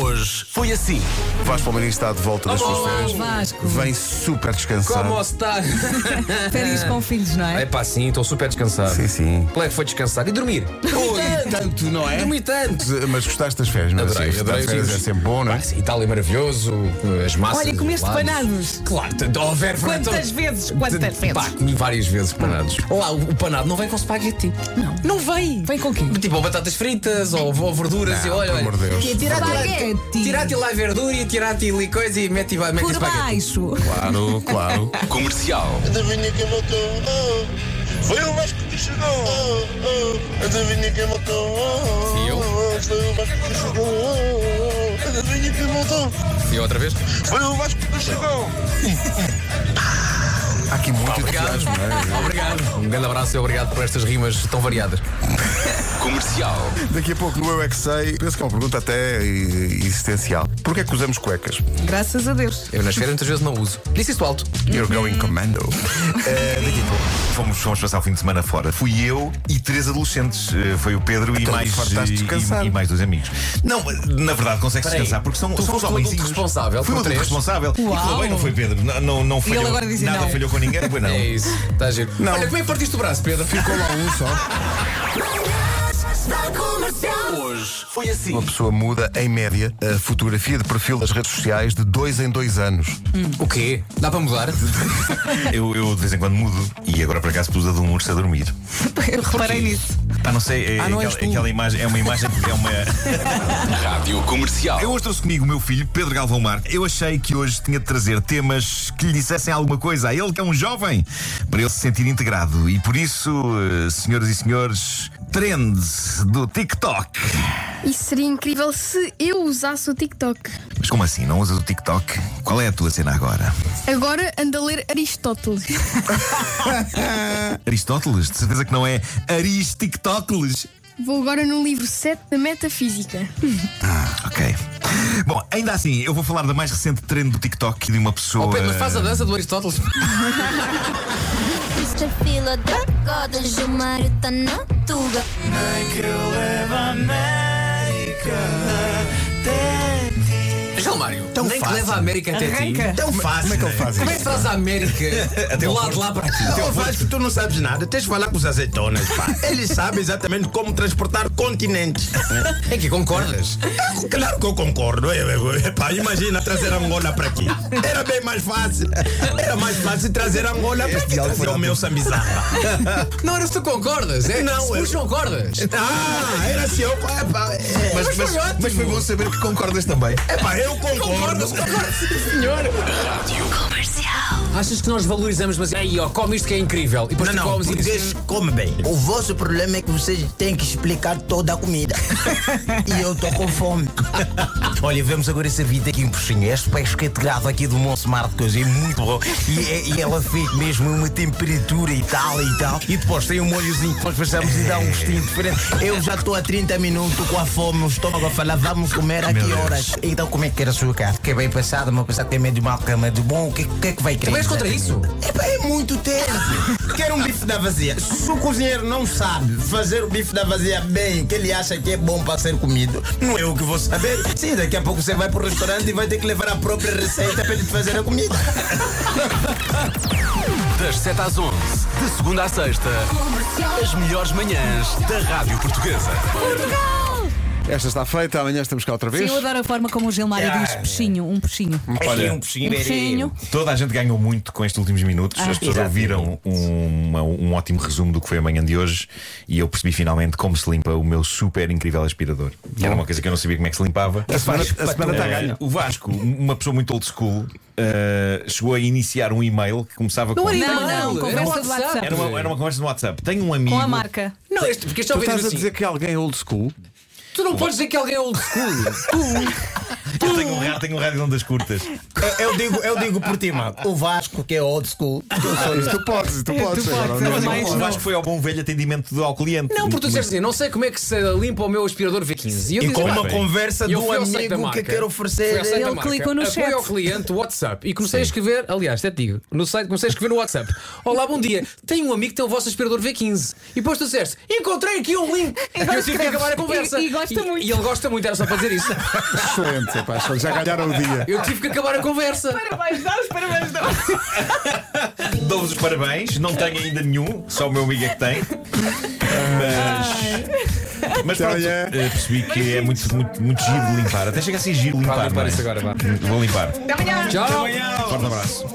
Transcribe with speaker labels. Speaker 1: Hoje foi assim.
Speaker 2: Vasco Palmeirinho está de volta das
Speaker 3: Olá,
Speaker 2: suas
Speaker 3: Vasco.
Speaker 2: férias. Vem super descansado.
Speaker 4: Como assim? está?
Speaker 3: Férias com filhos, não
Speaker 4: É
Speaker 3: é?
Speaker 4: pá, sim, estou super descansado.
Speaker 2: Sim, sim.
Speaker 4: Como é que foi descansar? E dormir? Oi,
Speaker 2: tanto, não é?
Speaker 4: dormi tanto.
Speaker 2: Mas gostaste das férias, não é?
Speaker 4: Adorei,
Speaker 2: Sim,
Speaker 4: adorei,
Speaker 2: as férias
Speaker 4: sim.
Speaker 2: é sempre bom, não é?
Speaker 4: Pá, sim, Itália é maravilhoso, as massas.
Speaker 3: Olha,
Speaker 4: os
Speaker 3: comeste
Speaker 4: lados.
Speaker 3: panados.
Speaker 4: Claro, oh, tanto- houver
Speaker 3: Quantas vezes? Quantas vezes?
Speaker 4: então, Pá, comi várias vezes panados. Lá, o, o panado não vem com espaguete.
Speaker 3: Não. Não vem. Vem com quem?
Speaker 4: Tipo, ou batatas fritas ou, ou verduras e olha.
Speaker 2: Ah, Pelo amor
Speaker 4: olha.
Speaker 2: de
Speaker 3: Tirar-te
Speaker 2: Deus.
Speaker 3: é lá,
Speaker 4: Tira-te lá a verdura e tira-te ali coisa e mete, e vai- mete
Speaker 3: por
Speaker 4: espaguete.
Speaker 3: baixo.
Speaker 2: Claro, claro.
Speaker 1: Comercial.
Speaker 5: Adivinha quem matou? Oh, foi o Vasco que chegou. Oh, oh, adivinha quem matou? Oh,
Speaker 4: E eu?
Speaker 5: oh, foi o Vasco que chegou. Oh, oh, adivinha quem matou?
Speaker 4: E outra vez?
Speaker 5: Foi o Vasco que chegou.
Speaker 2: Há aqui muito
Speaker 4: Obrigado.
Speaker 2: entusiasmo, não é?
Speaker 4: Obrigado. Um grande abraço e obrigado por estas rimas tão variadas.
Speaker 1: Comercial.
Speaker 2: Daqui a pouco no Eu É Que Sei, penso que é uma pergunta até eh, existencial. Porquê é que usamos cuecas?
Speaker 3: Graças a Deus.
Speaker 4: Eu nas férias muitas vezes não uso. Disse isso alto.
Speaker 2: You're going commando. Eh, daqui a pouco.
Speaker 6: Fomos, fomos passar o fim de semana fora. Fui eu e três adolescentes. Eh, Foi o Pedro e
Speaker 2: Então,
Speaker 6: mais, eh,
Speaker 2: fartaste
Speaker 6: e,
Speaker 2: descansar.
Speaker 6: e- e mais dois amigos. Não, na verdade consegue-se
Speaker 4: Peraí,
Speaker 6: descansar porque são,
Speaker 4: tu
Speaker 6: são
Speaker 4: foste o
Speaker 6: jovens.
Speaker 4: adulto responsável
Speaker 6: Fui
Speaker 4: por
Speaker 6: o adulto
Speaker 4: três?
Speaker 6: responsável. E
Speaker 3: Uau.
Speaker 6: tudo bem, não foi Pedro. Não, não, não falhou,
Speaker 3: agora dizem
Speaker 6: nada
Speaker 3: não.
Speaker 6: falhou com ninguém. Pois não.
Speaker 4: É isso. Está giro.
Speaker 2: Não.
Speaker 4: Olha, como é que partiste o braço, Pedro?
Speaker 2: Ficou lá um só.
Speaker 1: Hoje foi assim.
Speaker 2: Uma pessoa muda, em média, a fotografia de perfil das redes sociais de dois em dois anos.
Speaker 4: O quê? Dá para mudar?
Speaker 6: Eu, eu de vez em quando mudo. E agora por acaso pus a de um urso a dormir.
Speaker 3: Eu reparei nisso.
Speaker 6: Ah, não sei. É,
Speaker 4: não
Speaker 6: aquela,
Speaker 4: és tu.
Speaker 6: aquela imagem. É uma imagem. É uma.
Speaker 1: Rádio Comercial.
Speaker 6: Eu hoje trouxe comigo o meu filho, Pedro Galvão Mar. Eu achei que hoje tinha de trazer temas que lhe dissessem alguma coisa a ele, que é um jovem, para ele se sentir integrado. E por isso, eh, senhoras e senhores, trend do TikTok.
Speaker 7: Isso seria incrível se eu usasse o TikTok.
Speaker 6: Mas como assim? Não usas o TikTok? Qual é a tua cena agora?
Speaker 7: Agora ando a ler Aristóteles.
Speaker 6: Aristóteles? De certeza que não é Aristiktóteles.
Speaker 7: Vou agora no livro 7 da Metafísica.
Speaker 6: Ok. Bom, ainda assim, eu vou falar da mais recente trend do TikTok de uma pessoa.
Speaker 4: Oh, Pedro, mas faz a dança do Aristóteles.
Speaker 8: Mr. Fila da Goda, Gilmário tá na tuga.
Speaker 4: Gilmário, nem que leva a América até ti.
Speaker 3: Arranca.
Speaker 9: Então
Speaker 6: Tão fácil.
Speaker 2: Como é que ele faz
Speaker 4: Como
Speaker 2: isso?
Speaker 4: é que traz a América do lado de lá para aqui?
Speaker 9: né? Então, Vasco, tu não sabes nada. Tens de falar com os azeitonas, pá. Eles sabem exatamente como transportar continentes.
Speaker 4: É que concordas?
Speaker 9: Claro que eu concordo. Eu, eu, eu, pá, imagina trazer Angola para aqui. Era bem mais fácil. Era mais fácil trazer Angola para aqui. Trazer o meu sambizarra.
Speaker 4: Não era se tu concordas, é? Então,
Speaker 9: Não,
Speaker 4: se
Speaker 9: eu-
Speaker 4: puxa, concordas.
Speaker 9: Ah, era assim. Eu, é, pá, é. Mas,
Speaker 4: Mas foi ótimo.
Speaker 6: bom saber que concordas também.
Speaker 9: é, pá, eu concordo.
Speaker 4: Achas que nós valorizamos, mas aí, ó, come isto que é incrível. E depois
Speaker 9: Não,
Speaker 4: tu
Speaker 9: não.
Speaker 4: comes e dizes.
Speaker 9: Português come bem.
Speaker 10: O vosso problema é que vocês têm que explicar toda a comida. e eu estou com fome. Olha, vemos agora essa vida aqui em Puxinha. Este peixe que é tirado aqui do Monsemar de coisa é muito bom. E, é- e ela fez mesmo uma temperatura e tal e tal. E depois tem um molhozinho que nós passamos e dá um gostinho diferente. Eu já estou há 30 minutos com a fome, o estômago a falar, vamos comer a que horas? Então como é que era a sua carne? Que é bem passada, uma passada que é meio de mal cama de bom. O que, que é que vai querer?
Speaker 4: Tu és contra isso?
Speaker 10: É, pá, é muito tempo.
Speaker 9: Quero um bife da vazia. Se o cozinheiro não sabe fazer o bife da vazia bem, que ele acha que é bom para ser comido, não é o que vou saber. Sim, daqui a pouco você vai para o restaurante e vai ter que levar a própria receita para ele fazer a comida.
Speaker 1: Das 7 às 11, de segunda à sexta, as melhores manhãs da Rádio Portuguesa.
Speaker 2: Esta está feita, amanhã estamos cá outra vez.
Speaker 3: Sim, eu adoro a forma como o Gilmário diz peixinho, um peixinho.
Speaker 6: Olha,
Speaker 3: Um peixinho.
Speaker 6: Toda a gente ganhou muito com estes últimos minutos. As pessoas ouviram um, uma- um ótimo resumo do que foi a manhã de hoje e eu percebi finalmente como se limpa o meu super incrível aspirador. Que era uma coisa que eu não sabia como é que se limpava.
Speaker 2: A semana, a semana está a
Speaker 6: Eh,
Speaker 2: ganho.
Speaker 6: o Vasco, uma pessoa muito old school, eh, chegou a iniciar um e-mail que começava com.
Speaker 3: era
Speaker 4: Não,
Speaker 3: Não,
Speaker 4: não, era
Speaker 3: conversa
Speaker 4: um
Speaker 3: do
Speaker 4: WhatsApp.
Speaker 3: WhatsApp.
Speaker 6: Era uma, era uma conversa no WhatsApp. Tenho um amigo.
Speaker 3: Com a marca.
Speaker 4: Não, este, é porque este
Speaker 2: Tu
Speaker 4: jovem diz
Speaker 2: estás a
Speaker 4: assim.
Speaker 2: dizer que alguém é old school?
Speaker 4: Tu não podes dizer que alguém é old school.
Speaker 6: Eu tenho um rádio, tenho um rádio de ondas curtas. É,
Speaker 9: Eu, eu digo, eu digo por ti, mano. O Vasco, que é old school.
Speaker 2: Tu podes, tu
Speaker 3: É, tu
Speaker 2: podes. agora,
Speaker 3: podes,
Speaker 2: não
Speaker 3: é
Speaker 2: é?
Speaker 3: mais
Speaker 6: Eu acho que foi ao bom velho atendimento do- ao cliente.
Speaker 4: Não, porque tu disseste assim, não sei como é que se limpa o meu aspirador V15. E eu
Speaker 9: E
Speaker 4: disse,
Speaker 9: com
Speaker 4: "Pá,
Speaker 9: uma
Speaker 6: bem.
Speaker 9: conversa
Speaker 4: E eu
Speaker 9: do
Speaker 4: fui ao site da
Speaker 9: amigo que
Speaker 4: marca.
Speaker 9: quero
Speaker 4: Fui
Speaker 9: oferecer.
Speaker 4: ao site da
Speaker 3: Ele
Speaker 4: marca,
Speaker 3: clicou no
Speaker 4: apoio
Speaker 3: chat.
Speaker 4: ao cliente WhatsApp e comecei a escrever, aliás, até te digo, no site comecei a escrever no WhatsApp: Olá, bom dia, tenho um amigo que tem o vosso aspirador V15. E depois tu disseste: Encontrei aqui um link. E eu tive que
Speaker 3: escreves.
Speaker 4: acabar a conversa.
Speaker 3: E- e gosta muito.
Speaker 4: E ele gosta muito, era só para dizer isso.
Speaker 2: Excelente, epá, excelente. já ganharam o dia.
Speaker 4: Eu tive que acabar a conversa.
Speaker 3: Parabéns, dá os parabéns, dá
Speaker 6: Dou-vos os parabéns, não tenho ainda nenhum, só o meu amigo é que tem. Mas. Mas
Speaker 2: Então,
Speaker 6: pronto,
Speaker 2: yeah.
Speaker 6: eh, percebi que é muito, muito, muito giro de limpar. Até chega a ser giro de limpar.
Speaker 4: limpar
Speaker 6: não é?
Speaker 4: isso agora, vá.
Speaker 6: Vou limpar.
Speaker 4: Tchau.
Speaker 6: Forte abraço.